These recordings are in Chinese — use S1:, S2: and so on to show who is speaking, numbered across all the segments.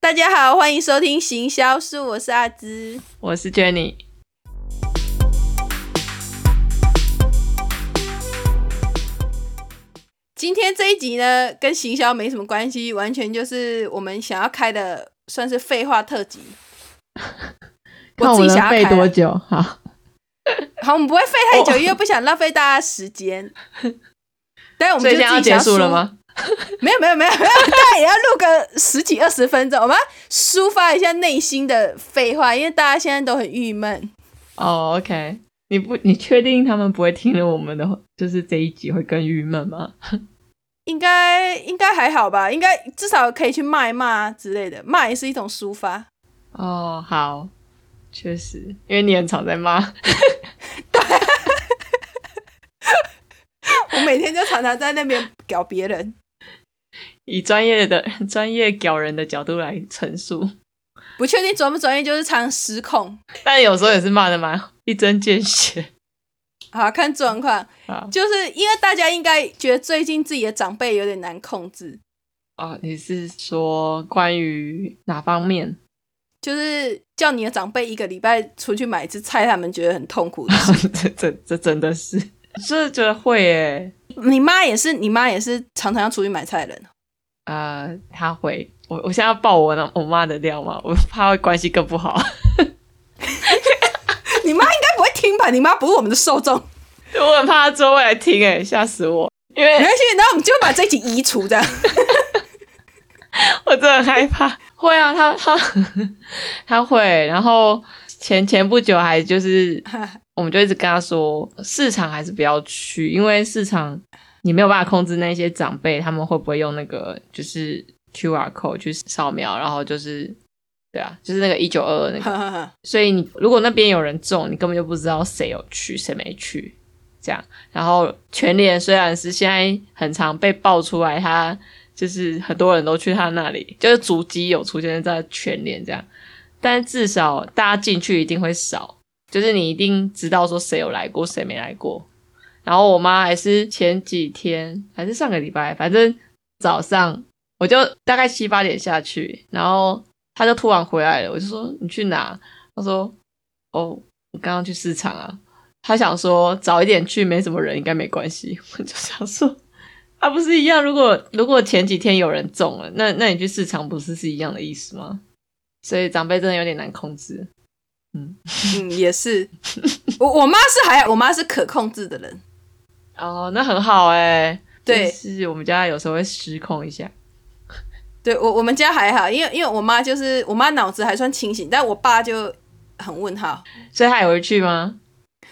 S1: 大家好，欢迎收听行销是我是阿芝。
S2: 我是 Jenny。
S1: 今天这一集呢，跟行销没什么关系，完全就是我们想要开的，算是废话特辑。
S2: 看
S1: 自
S2: 我
S1: 己
S2: 能
S1: 想要
S2: 背
S1: 开啊
S2: 多久？好，
S1: 好，我们不会费太久，
S2: 哦
S1: 因为不想浪费大家时 间。但我们
S2: 所
S1: 就
S2: 以
S1: 自己
S2: 现在要
S1: 想
S2: 结束
S1: 抒
S2: 了？吗？
S1: 没有没有没有，没有大家也要录个十几二十分钟，我们要抒发一下内心的废话，因为大家现在都很郁闷。
S2: 哦、o k 你不，你确定他们不会听了我们的，就是这一集会更郁闷吗？
S1: 应该应该还好吧，应该至少可以去骂一骂之类的，骂也是一种抒发。
S2: 哦、好，确实，因为你很常在骂。
S1: 我每天就常常在那边搞别人，
S2: 以专业的、 专业屌人的角度来陈述，
S1: 不确定专不专业，就是常失控，
S2: 但有时候也是骂的蛮一针见血
S1: 好看状况。
S2: 啊
S1: 就是因为大家应该觉得最近自己的长辈有点难控制，
S2: 啊！你是说关于哪方面？
S1: 就是叫你的长辈一个礼拜出去买一次菜，他们觉得很痛苦的事。
S2: 这这这真的是，就是觉得会诶、
S1: 你妈也是，你妈也是常常要出去买菜的人。
S2: 呃，他会，我我现在要爆我呢我妈的料嘛，我怕会关系更不好。
S1: 你妈应该不会听吧？你妈不是我们的受众，
S2: 我很怕他之后会来听、欸，哎，吓死我！因
S1: 没
S2: 为
S1: 关系，然后我们就把这一集移除这样。
S2: 我真的很害怕。会啊，他他他会，然后前前不久还就是，我们就一直跟他说，市场还是不要去，因为市场你没有办法控制那些长辈他们会不会用那个就是 QR code 去扫描，然后就是对啊，就是那个一九二二那个。所以你如果那边有人中，你根本就不知道谁有去，谁没去，这样。然后全联虽然是现在很常被爆出来，他就是很多人都去他那里，就是足迹有出现在全联这样，但至少大家进去一定会少，就是你一定知道说谁有来过，谁没来过。然后我妈还是前几天，还是上个礼拜，反正早上我就大概七八点下去，然后她就突然回来了，我就说你去哪？他说：“哦，我刚刚去市场啊。”他想说早一点去没什么人，应该没关系。 我就想说，啊，不是一样？如果如果前几天有人中了，那那你去市场不是是一样的意思吗？所以长辈真的有点难控制。
S1: 嗯，也是。我我妈是还我妈是可控制的人，
S2: 哦，那很好哎、
S1: 对
S2: 就是我们家有时候会失控一下。
S1: 对我我们家还好，因为因为我妈就是我妈脑子还算清醒，但我爸就很问号。
S2: 所以他也会去吗？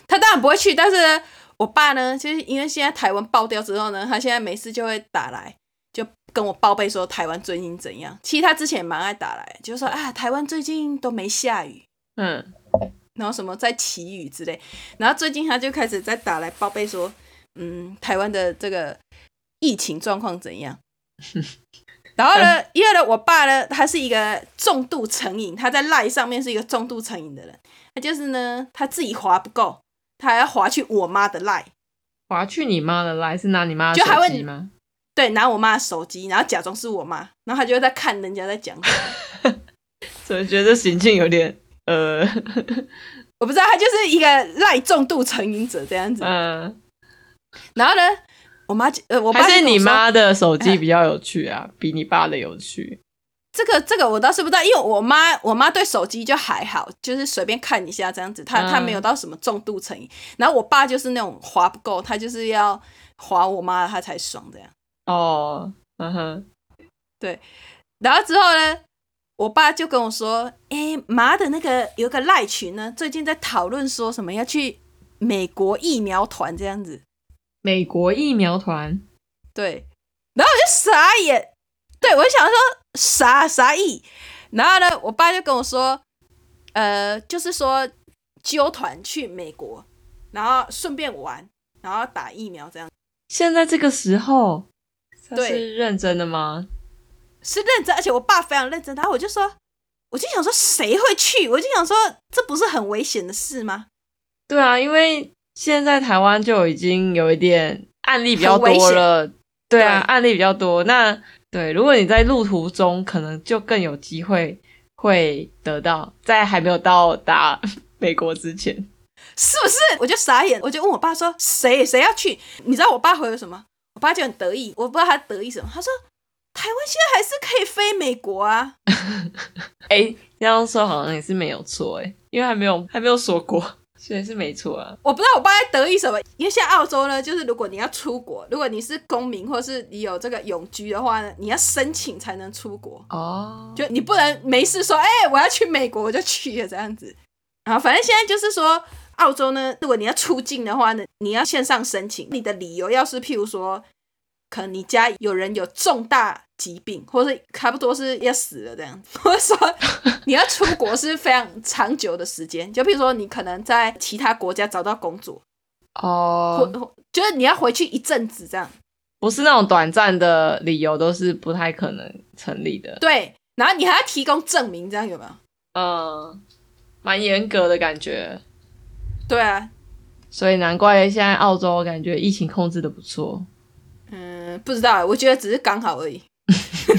S1: 他当然不会去，但是呢我爸呢，就是因为现在台湾爆掉之后呢，他现在没事就会打来，就跟我报备说台湾最近怎样。其实他之前也蛮爱打来，就说啊，台湾最近都没下雨，
S2: 嗯，
S1: 然后什么在祈雨之类。然后最近他就开始在打来报备说，嗯，台湾的这个疫情状况怎 样？然后
S2: 嗯
S1: 呢，因为呢，我爸呢，他是一个重度成瘾，他在赖上面是一个重度成瘾的人。他就是呢，他自己滑不够，他还要滑去我妈的赖，
S2: 我要去你妈的来，是拿你妈的
S1: 就还
S2: 手
S1: 会
S2: 机吗？
S1: 对，拿我妈的手机，然后假装是我妈，然后他就在看人家在讲什么。
S2: 怎么觉得行径有点呃
S1: 我不知道，他就是一个赖重度成瘾者这样子。
S2: 嗯。
S1: 然后呢，我妈就呃，我爸
S2: 还
S1: 就
S2: 是
S1: 跟我
S2: 你
S1: 说哎
S2: 妈的手机比较有趣啊，比你爸的有趣。
S1: 这个这个我倒是不知道，因为我妈我妈对手机就还好，就是随便看一下这样子，她
S2: 嗯
S1: 她没有到什么重度成瘾。然后我爸就是那种滑不够，他就是要滑我妈他才爽这样。
S2: 哦，嗯哼，
S1: 然后之后呢，我爸就跟我说：“诶，妈的那个有个赖群呢，最近在讨论说什么要去美国疫苗团这样子。
S2: 美国疫苗团，”
S1: 对，然后我就傻眼，对我就想说啥啥意？然后呢，我爸就跟我说：“呃，就是说揪团去美国，然后顺便玩，然后打疫苗这样。”
S2: 现在这个时候，他
S1: 对
S2: 是认真的吗？
S1: 是认真，而且我爸非常认真。然后我就说，我就想说谁会去？我就想说这不是很危险的事吗？
S2: 对啊，因为现在台湾就已经有一点案例比较
S1: 很危
S2: 多
S1: 险
S2: 了。对啊，
S1: 对
S2: 案例比较多。那对，如果你在路途中，可能就更有机会会得到，在还没有到达 美国之前，
S1: 是不是？我就傻眼，我就问我爸说谁谁要去？你知道我爸回了什么？我爸就很得意，我不知道他得意什么。他说台湾现在还是可以飞美国啊。
S2: 哎、这样说好像也是没有错哎、因为还没有还没有锁国， 所以是没错啊。
S1: 我不知道我爸在得意什么，因为像澳洲呢，就是如果你要出国，如果你是公民或是你有这个永居的话呢，你要申请才能出国，
S2: 哦，
S1: 就你不能没事说，哎、我要去美国，我就去了这样子。然后反正现在就是说，澳洲呢，如果你要出境的话呢，你要线上申请，你的理由要是譬如说，可能你家有人有重大疾病，或是差不多是要死了这样，或者说你要出国是非常长久的时间，就譬如说你可能在其他国家找到工作。或
S2: 哦，
S1: 或就是你要回去一阵子这样。
S2: 不是那种短暂的理由，都是不太可能成立的。
S1: 对，然后你还要提供证明，这样有没有？
S2: 嗯，蛮严格的感觉，
S1: 对啊，
S2: 所以难怪现在澳洲感觉疫情控制的不错。
S1: 嗯，不知道欸，我觉得只是刚好而已。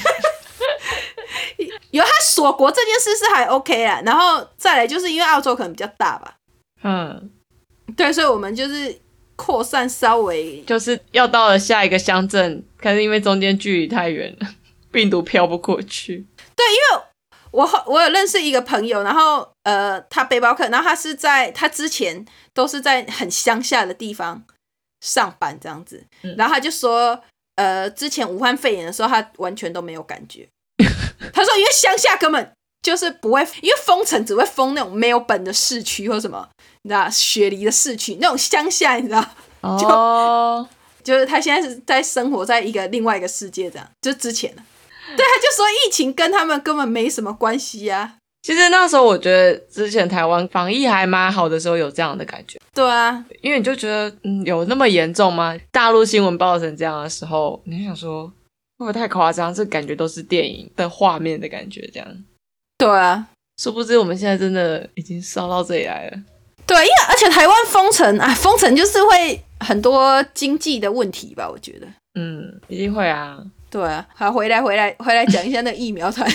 S1: 有他锁国这件事是还 OK 啦，然后再来就是因为澳洲可能比较大吧，
S2: 嗯，
S1: 对，所以我们就是扩散稍微
S2: 就是要到了下一个乡镇，可是因为中间距离太远了， 病毒飘不过去。
S1: 我后我有认识一个朋友，然后呃，他背包客，然后他是在他之前都是在很乡下的地方上班这样子，
S2: 嗯
S1: 然后他就说，呃，之前武汉肺炎的时候，他完全都没有感觉。 他说，因为乡下根本就是不会，因为封城只会封那种没有本的市区或什么，你知道雪梨的市区那种乡下，你知道，
S2: 哦，
S1: 就是他现在是在生活在一个另外一个世界这样，就之前的。对，他就说疫情跟他们根本没什么关系呀、啊。
S2: 其实那时候我觉得之前台湾防疫还蛮好的时候，有这样的感觉，
S1: 对啊，
S2: 因为你就觉得嗯有那么严重吗？大陆新闻报成这样的时候，你就想说会不会太夸张？这感觉都是电影的画面的感觉，这样。
S1: 对啊，
S2: 殊不知我们现在真的已经烧到这里来了。
S1: 对，因为而且台湾封城啊，封城就是会很多经济的问题吧，我觉得。
S2: 嗯，一定会啊，
S1: 对啊，好，回来回来回来讲一下那个疫苗团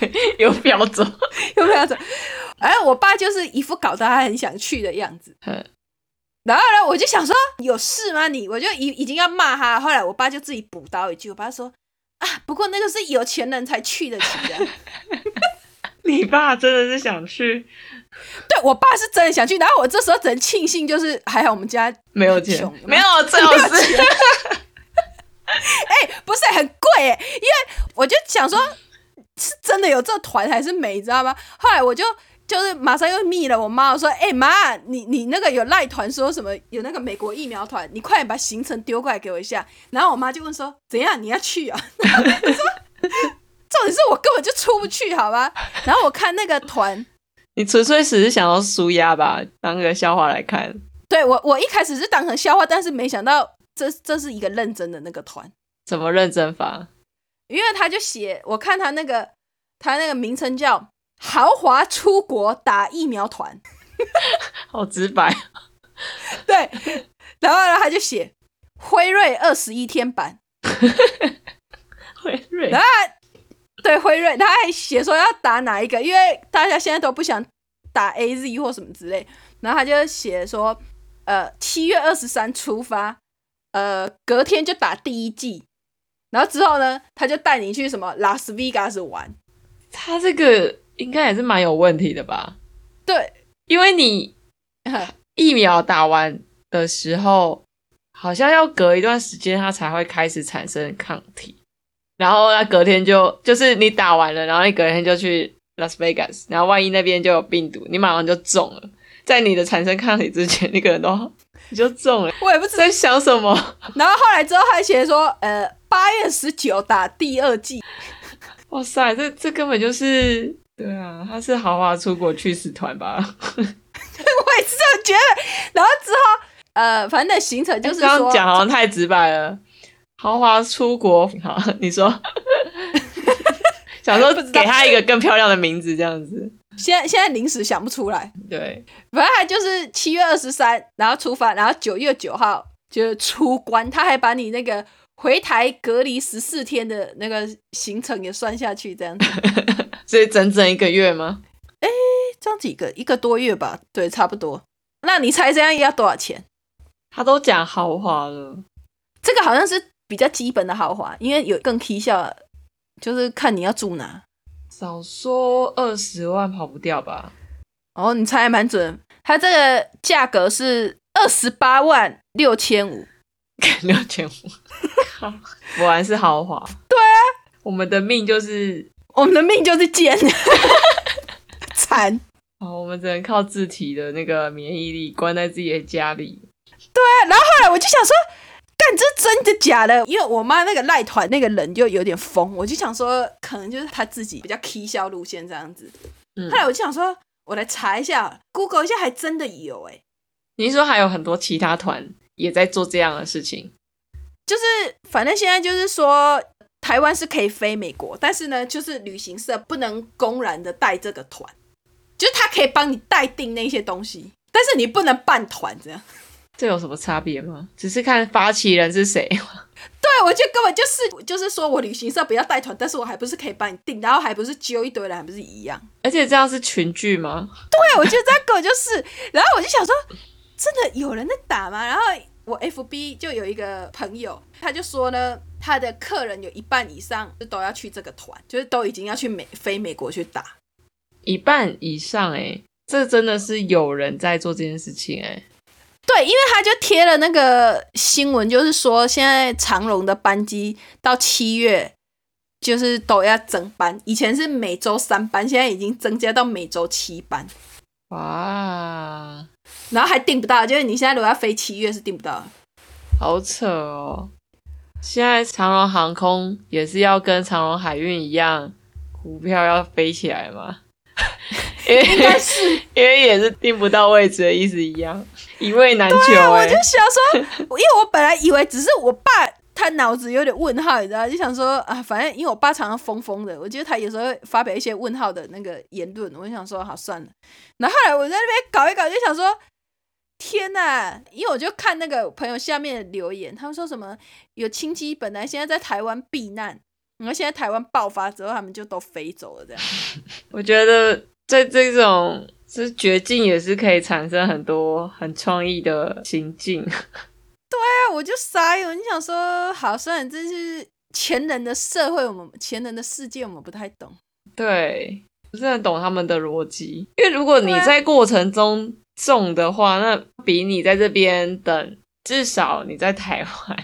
S2: 对，有标准。
S1: 有没有走？哎，我爸就是一副搞得他很想去的样子。
S2: 嗯
S1: 然后呢，我就想说有事吗你？我就已已经要骂他，后来我爸就自己补刀一句，我爸说啊，不过那个是有钱人才去得起的。
S2: 你爸真的是想去，
S1: 对我爸是真的想去，然后我这时候只能庆幸，就是还好我们家
S2: 没有钱
S1: 穷，
S2: 没有，最好是
S1: 哎、不是很贵哎，因为我就想说，是真的有这团还是没，你知道吗？后来我就就是马上又密了我妈，我说：“哎、妈，你你那个有赖团说什么？有那个美国疫苗团，你快点把行程丢过来给我一下。”然后我妈就问说：“怎样？你要去啊？” 我说重点是我根本就出不去，好吧？然后我看那个团，
S2: 你纯粹只是想要舒压吧，当个笑话来看。
S1: 对我我一开始是当成笑话，但是没想到这这是一个认真的那个团。
S2: 怎么认真法？
S1: 因为他就写，我看他那个他那个名称叫“豪华出国打疫苗团
S2: 好直白。”，
S1: 对，然后呢他就写辉瑞二十一天版，
S2: 辉瑞
S1: 然后对辉瑞，他还写说要打哪一个，因为大家现在都不想打 A Z 或什么之类，然后他就写说，呃，七月二十三出发，呃，隔天就打第一剂，然后之后呢，他就带你去什么拉斯维加斯玩，
S2: 他这个应该也是蛮有问题的吧？
S1: 对，
S2: 因为你疫苗打完的时候，好像要隔一段时间，它才会开始产生抗体。然后它隔天就就是你打完了，然后你隔天就去 Las Vegas，然后万一那边就有病毒，你马上就中了。在你的产生抗体之前，你可能都你就中了。
S1: 我也不知道
S2: 在想什么？
S1: 然后后来之后还写说，呃，八月十九打第二季，
S2: 哇塞，这这根本就是对啊，他是豪华出国去死团吧？
S1: 我也是这么觉得。然后之后，呃，反正行程 就是
S2: 刚刚
S1: 说，
S2: 讲好像太直白了。豪华出国，好， 你说，想说给他一个更漂亮的名字，这样子，
S1: 现在现在临时想不出来，
S2: 对，
S1: 反正他就是七月二十三，然后出发，然后九月九号就是出关，他还把你那个回台隔离十四天的那个行程也算下去，这样子，
S2: 所以整整一个月吗？
S1: 这样几个一个多月吧，对，差不多。那你猜这样要多少钱？
S2: 他都讲豪华了，
S1: 这个好像是比较基本的豪华，因为有更 K 笑，就是看你要住哪。
S2: 少说二十万跑不掉吧？
S1: 哦，你猜还蛮准，它这个价格是二十八万六千五。
S2: 六千五，靠果然是豪华。对啊，我们的命就是
S1: 我们的命就是贱，惨。
S2: 哦，我们只能靠自体的那个免疫力关在自己的家里。
S1: 然后后来我就想说，干这真的假的？因为我妈那个赖团那个人就有点疯，我就想说，可能就是她自己比较 K 销路线这样子。
S2: 嗯
S1: 后，来我就想说，我来查一下，Google 一下，还真的有哎、
S2: 你是说还有很多其他团也在做这样的事情？
S1: 就是反正现在就是说。台湾是可以飞美国，但是呢，就是旅行社不能公然的带这个团，就是他可以帮你代订那些东西，但是你不能办团这样。
S2: 这有什么差别吗？只是看发起人是谁。
S1: 对，我就根本就是就是说我旅行社不要带团，但是我还不是可以帮你订，然后还不是揪一堆人，还不是一样？
S2: 而且这样是群聚吗？
S1: 对，我觉得这个就是，然后我就想说，真的有人在打吗？然后我 FB 就有一个朋友，他就说呢，他的客人有一半以上就都要去这个团，就是都已经要去美飞美国去打。
S2: 一半以上哎、这真的是有人在做这件事情哎、
S1: 对，因为他就贴了那个新闻，就是说现在长荣的班机到七月就是都要增班，以前是每周三班，现在已经增加到每周七班，
S2: 哇，
S1: 然后还订不到，就是你现在如果要飞七月是订不到的。
S2: 好扯哦！现在长荣航空也是要跟长荣海运一样，股票要飞起来吗？ 因为
S1: 应该是，
S2: 因为也是订不到位置的意思一样，一位难求
S1: 我
S2: 哎、
S1: 就想说，因为我本来以为只是我爸他脑子有点问号，你知道，就想说啊，反正因为我爸常常疯疯的，我觉得他有时候会发表一些问号的那个言论，我就想说好啊算了。然后后来我在那边搞一搞，就想说。天呐！因为我就看那个朋友下面的留言，他们说什么有亲戚本来现在在台湾避难，然后现在台湾爆发之后，他们就都飞走了，这样。
S2: 我觉得在这种是绝境，也是可以产生很多很创意的行径。
S1: 啊我就傻眼，我就想说，好，虽然这是前人的社会，我们前人的世界，我们不太懂。
S2: 对，不是很懂他们的逻辑。因为如果你
S1: 对啊
S2: 在过程中中的话，那比你在这边等，至少你在台湾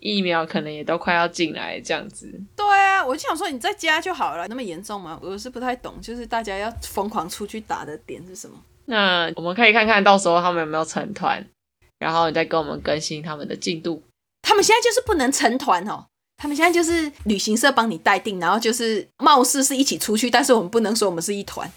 S2: 疫苗可能也都快要进来这样子。
S1: 对啊，我就想说你在家就好了，那么严重吗？我是不太懂，就是大家要疯狂出去打的点是什么？
S2: 那我们可以看看到时候他们有没有成团，然后你再跟我们更新他们的进度。
S1: 他们现在就是不能成团哦，他们现在就是旅行社帮你代订，然后就是貌似是一起出去，但是我们不能说我们是一团。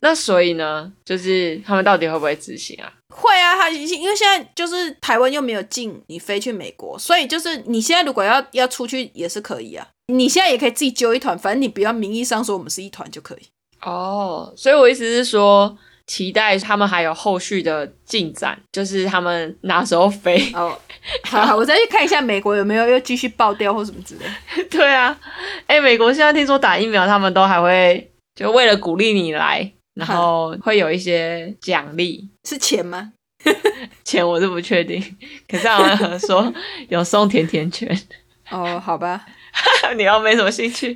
S2: 那所以呢，就是他们到底会不会执行啊？
S1: 会啊，他因为现在就是台湾又没有禁你飞去美国，所以就是你现在如果要要出去也是可以啊，你现在也可以自己揪一团，反正你不要名义上说我们是一团就可以。
S2: 哦，所以我意思是说，期待他们还有后续的进展，就是他们哪时候飞。
S1: 哦，好好，我再去看一下美国有没有又继续爆掉或什么之类。
S2: 对啊，哎、美国现在听说打疫苗，他们都还会就为了鼓励你来，然后会有一些奖励。
S1: 是钱吗？
S2: 钱我是不确定，可是好像说有送甜甜圈，
S1: 哦，好吧，
S2: 你要没什么兴趣，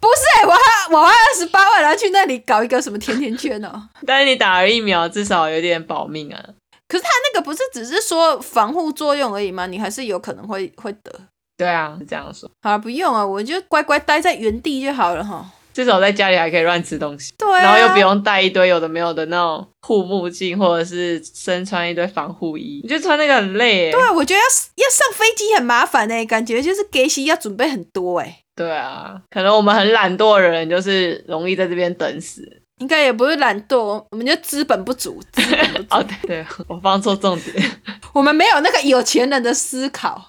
S1: 不是、欸，我还我还二十八万，然后去那里搞一个什么甜甜圈哦。
S2: 但是你打了疫苗，至少有点保命啊。
S1: 可是他那个不是只是说防护作用而已吗？你还是有可能会会得。
S2: 对啊，是这样说，
S1: 好了，不用啊，我就乖乖待在原地就好了哈。
S2: 至少在家里还可以乱吃东西，
S1: 对、啊，
S2: 然后又不用带一堆有的没有的那种护目镜，或者是身穿一堆防护衣，你就穿那个很累耶。
S1: 对，啊我觉得要要上飞机很麻烦呢、欸感觉就是给洗要准备很多哎、
S2: 对啊，可能我们很懒惰的人，就是容易在这边等死。
S1: 应该也不是懒惰，我们就资本不足，资本 不足，
S2: 哦，对，对我放错重点。
S1: 我们没有那个有钱人的思考。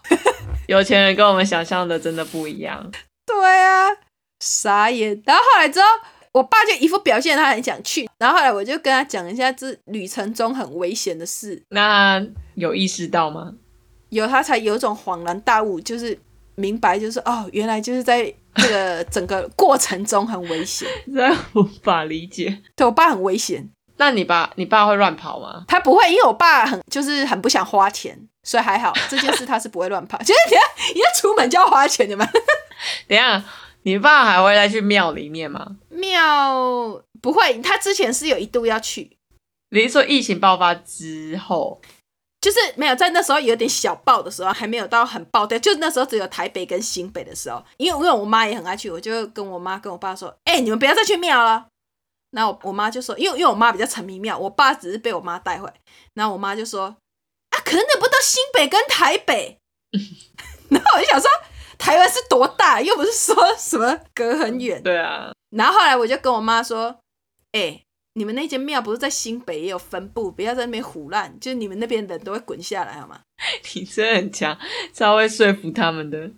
S2: 有钱人跟我们想象的真的不一样。
S1: 对啊，傻眼。然后后来之后，我爸就一副表现他很想去，然后后来我就跟他讲一下这旅程中很危险的事，
S2: 那有意识到吗？
S1: 有他才有一种恍然大悟，就是明白，就是哦，原来就是在这个整个过程中很危险。
S2: 实在无法理解。
S1: 对我爸很危险，
S2: 那你爸，你爸会乱跑吗？
S1: 他不会，因为我爸很就是很不想花钱，所以还好这件事他是不会乱跑。就是你要你要出门就要花钱的嘛。
S2: 等一下，你爸还会再去庙里面吗？
S1: 庙不会，他之前是有一度要去，
S2: 你是说疫情爆发之后？
S1: 就是没有在那时候有点小爆的时候，还没有到很爆掉，就那时候只有台北跟新北的时候，因为因为我妈也很爱去，我就跟我妈跟我爸说，哎、你们不要再去庙了。然后我我妈就说，因为因为我妈比较沉迷庙，我爸只是被我妈带坏。然后我妈就说，啊，可是那不到新北跟台北。 然后我就想说，台湾是多大，又不是说什么隔很远。
S2: 对啊，
S1: 然后后来我就跟我妈说：“哎、你们那间庙不是在新北也有分部，不要在那边胡乱，就是你们那边人都会滚下来，好吗
S2: 你真的很强，超会说服他们的，？”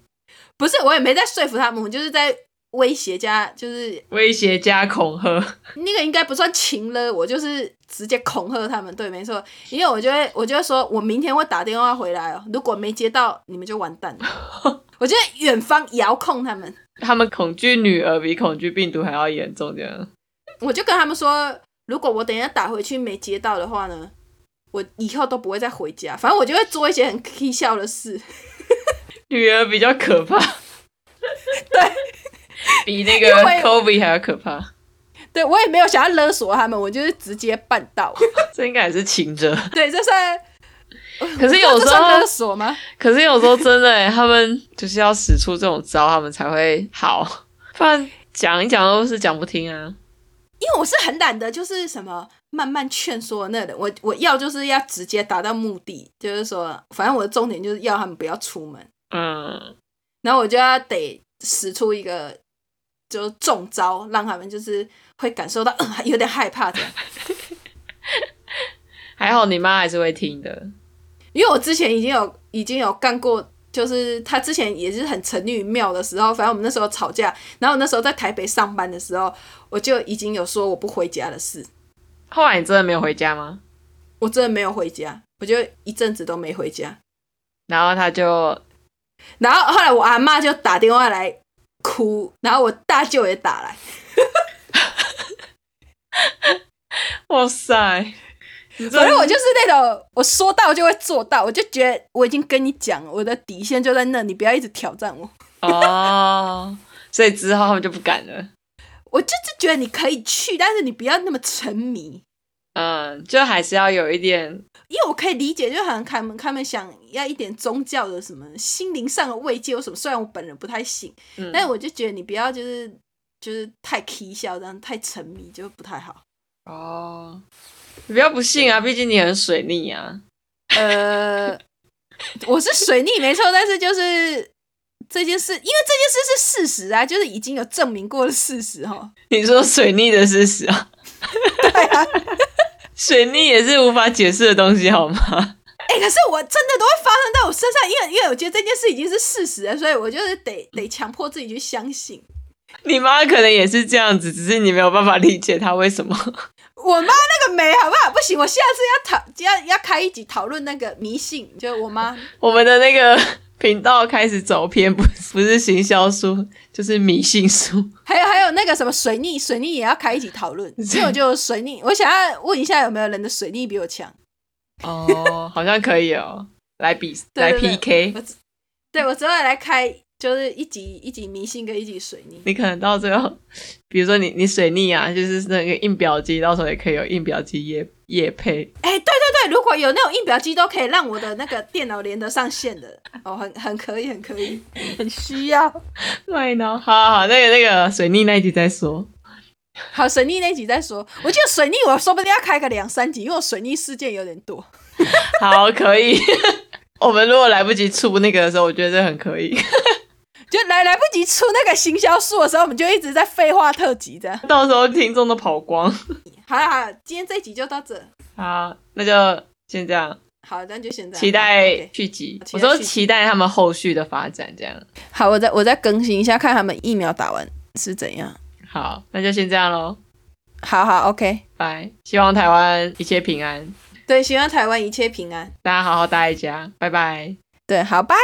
S1: 不是，我也没在说服他们，我就是在威胁加，就是
S2: 威胁加恐吓。
S1: 那个应该不算情了，我就是直接恐吓他们。对，没错，因为我就会，我就会说，我明天会打电话回来哦，如果没接到，你们就完蛋了。 我就会远方遥控他们，
S2: 他们恐惧女儿比恐惧病毒还要严重，这样。
S1: 我就跟他们说，如果我等一下打回去没接到的话呢，我以后都不会再回家。反正我就会做一些很 k 笑的事，
S2: 女儿比较可怕，对， 比那个
S1: 因为
S2: COVID 还要可怕。
S1: 对我也没有想要勒索他们，我就是直接办到。
S2: 这应该也是情着，
S1: 对，这算
S2: 可 是有
S1: 这
S2: 时
S1: 算
S2: 候
S1: 勒，索吗？
S2: 可是有时候真的欸，他们就是要使出这种招，他们才会好，不然讲一讲都是讲不听啊。
S1: 因为我是很懒得，就是什么慢慢劝说那人，我我要就是要直接达到目的，就是说，反正我的重点就是要他们不要出门，
S2: 嗯，
S1: 然后我就要得使出一个就是中招，让他们就是会感受到、呃、有点害怕的。
S2: 还好你妈还是会听的。
S1: 因为我之前已经有已经有干过，就是他之前也是很沉溺于庙的时候，反正我们那时候吵架，然后我那时候在台北上班的时候，我就已经有说我不回家的事，
S2: 后来你真的没有回家吗？
S1: 我真的没有回家，我就一阵子都没回家。
S2: 然后他就
S1: 然后后来我阿妈就打电话来哭，然后我大舅也打来，
S2: 哇塞，你
S1: 反
S2: 真
S1: 正
S2: 的
S1: 我就是那种我说到就会做到，我就觉得我已经跟你讲了，我的底线就在那，你不要一直挑战我。
S2: 哦，所以之后他们就不敢了。
S1: 我就是觉得你可以去，但是你不要那么沉迷。
S2: 嗯，就还是要有一点，
S1: 因为我可以理解，就好像他们他们想要一点宗教的什么心灵上的慰藉或什么，虽然我本人不太信，
S2: 嗯，
S1: 但是我就觉得你不要就是就是太 k 笑，这样太沉迷就不太好。
S2: 哦，你不要不信啊，毕竟你很水逆啊。
S1: 呃，我是水逆没错，但是就是这件事，因为这件事是事实啊，就是已经有证明过的事实哦哈。
S2: 你说水逆的事实啊？
S1: 啊
S2: 水逆也是无法解释的东西，好吗？
S1: 哎、可是我真的都会发生在我身上，因为因为我觉得这件事已经是事实了，所以我就是得得强迫自己去相信。
S2: 你妈可能也是这样子，只是你没有办法理解她为什么。
S1: 我妈那个没好不好？不行，我下次要讨要要开一集讨论那个迷信，就是我 妈
S2: 我们的那个频道开始走偏，不是不是行销书，就是迷信书。
S1: 还有还有那个什么水逆，水逆也要开一集讨 论。所以我就水逆，我想要问一下有没有人的水逆比我强？
S2: 哦， 好像可以哦，来比
S1: 对对对
S2: 来 PK。
S1: 我只对我之后来开就是一集一集迷信跟一集水逆。
S2: 你可能到最后， 比如说你你水逆啊，就是那个印表机，到时候也可以有印表机业业配。
S1: 哎、对对对，如果有那种印表机都可以让我的那个电脑连得上线的，哦，很很可以，很可以，很需要。
S2: 对呢，好好好，那个那个水逆那一集再说。
S1: 好，水逆那集再说。我记得水逆，我说不定要开个两三集，因为我水逆事件有点多。
S2: 好，可以。 我们如果来不及出那个的时候，我觉得这很可以。
S1: 就来来不及出那个行销术的时候，我们就一直在废话特辑这样。
S2: 到时候听众都跑光。
S1: 好了好了，今天这一集就到这，
S2: 好，那就先这样，
S1: 好，那就先这样。
S2: 期
S1: 好
S2: 待
S1: ，OK
S2: 续集。
S1: 期
S2: 我
S1: 待
S2: 说
S1: 续集
S2: 期待他们后续的发展，这样。
S1: 好，我再我再更新一下，看他们疫苗打完是怎样。
S2: 好，那就先这样喽，
S1: 好好，OK。
S2: 拜。希望台湾一切平安，
S1: 对，希望台湾一切平安。
S2: 大家好好待在家，拜拜。
S1: 对，好，拜。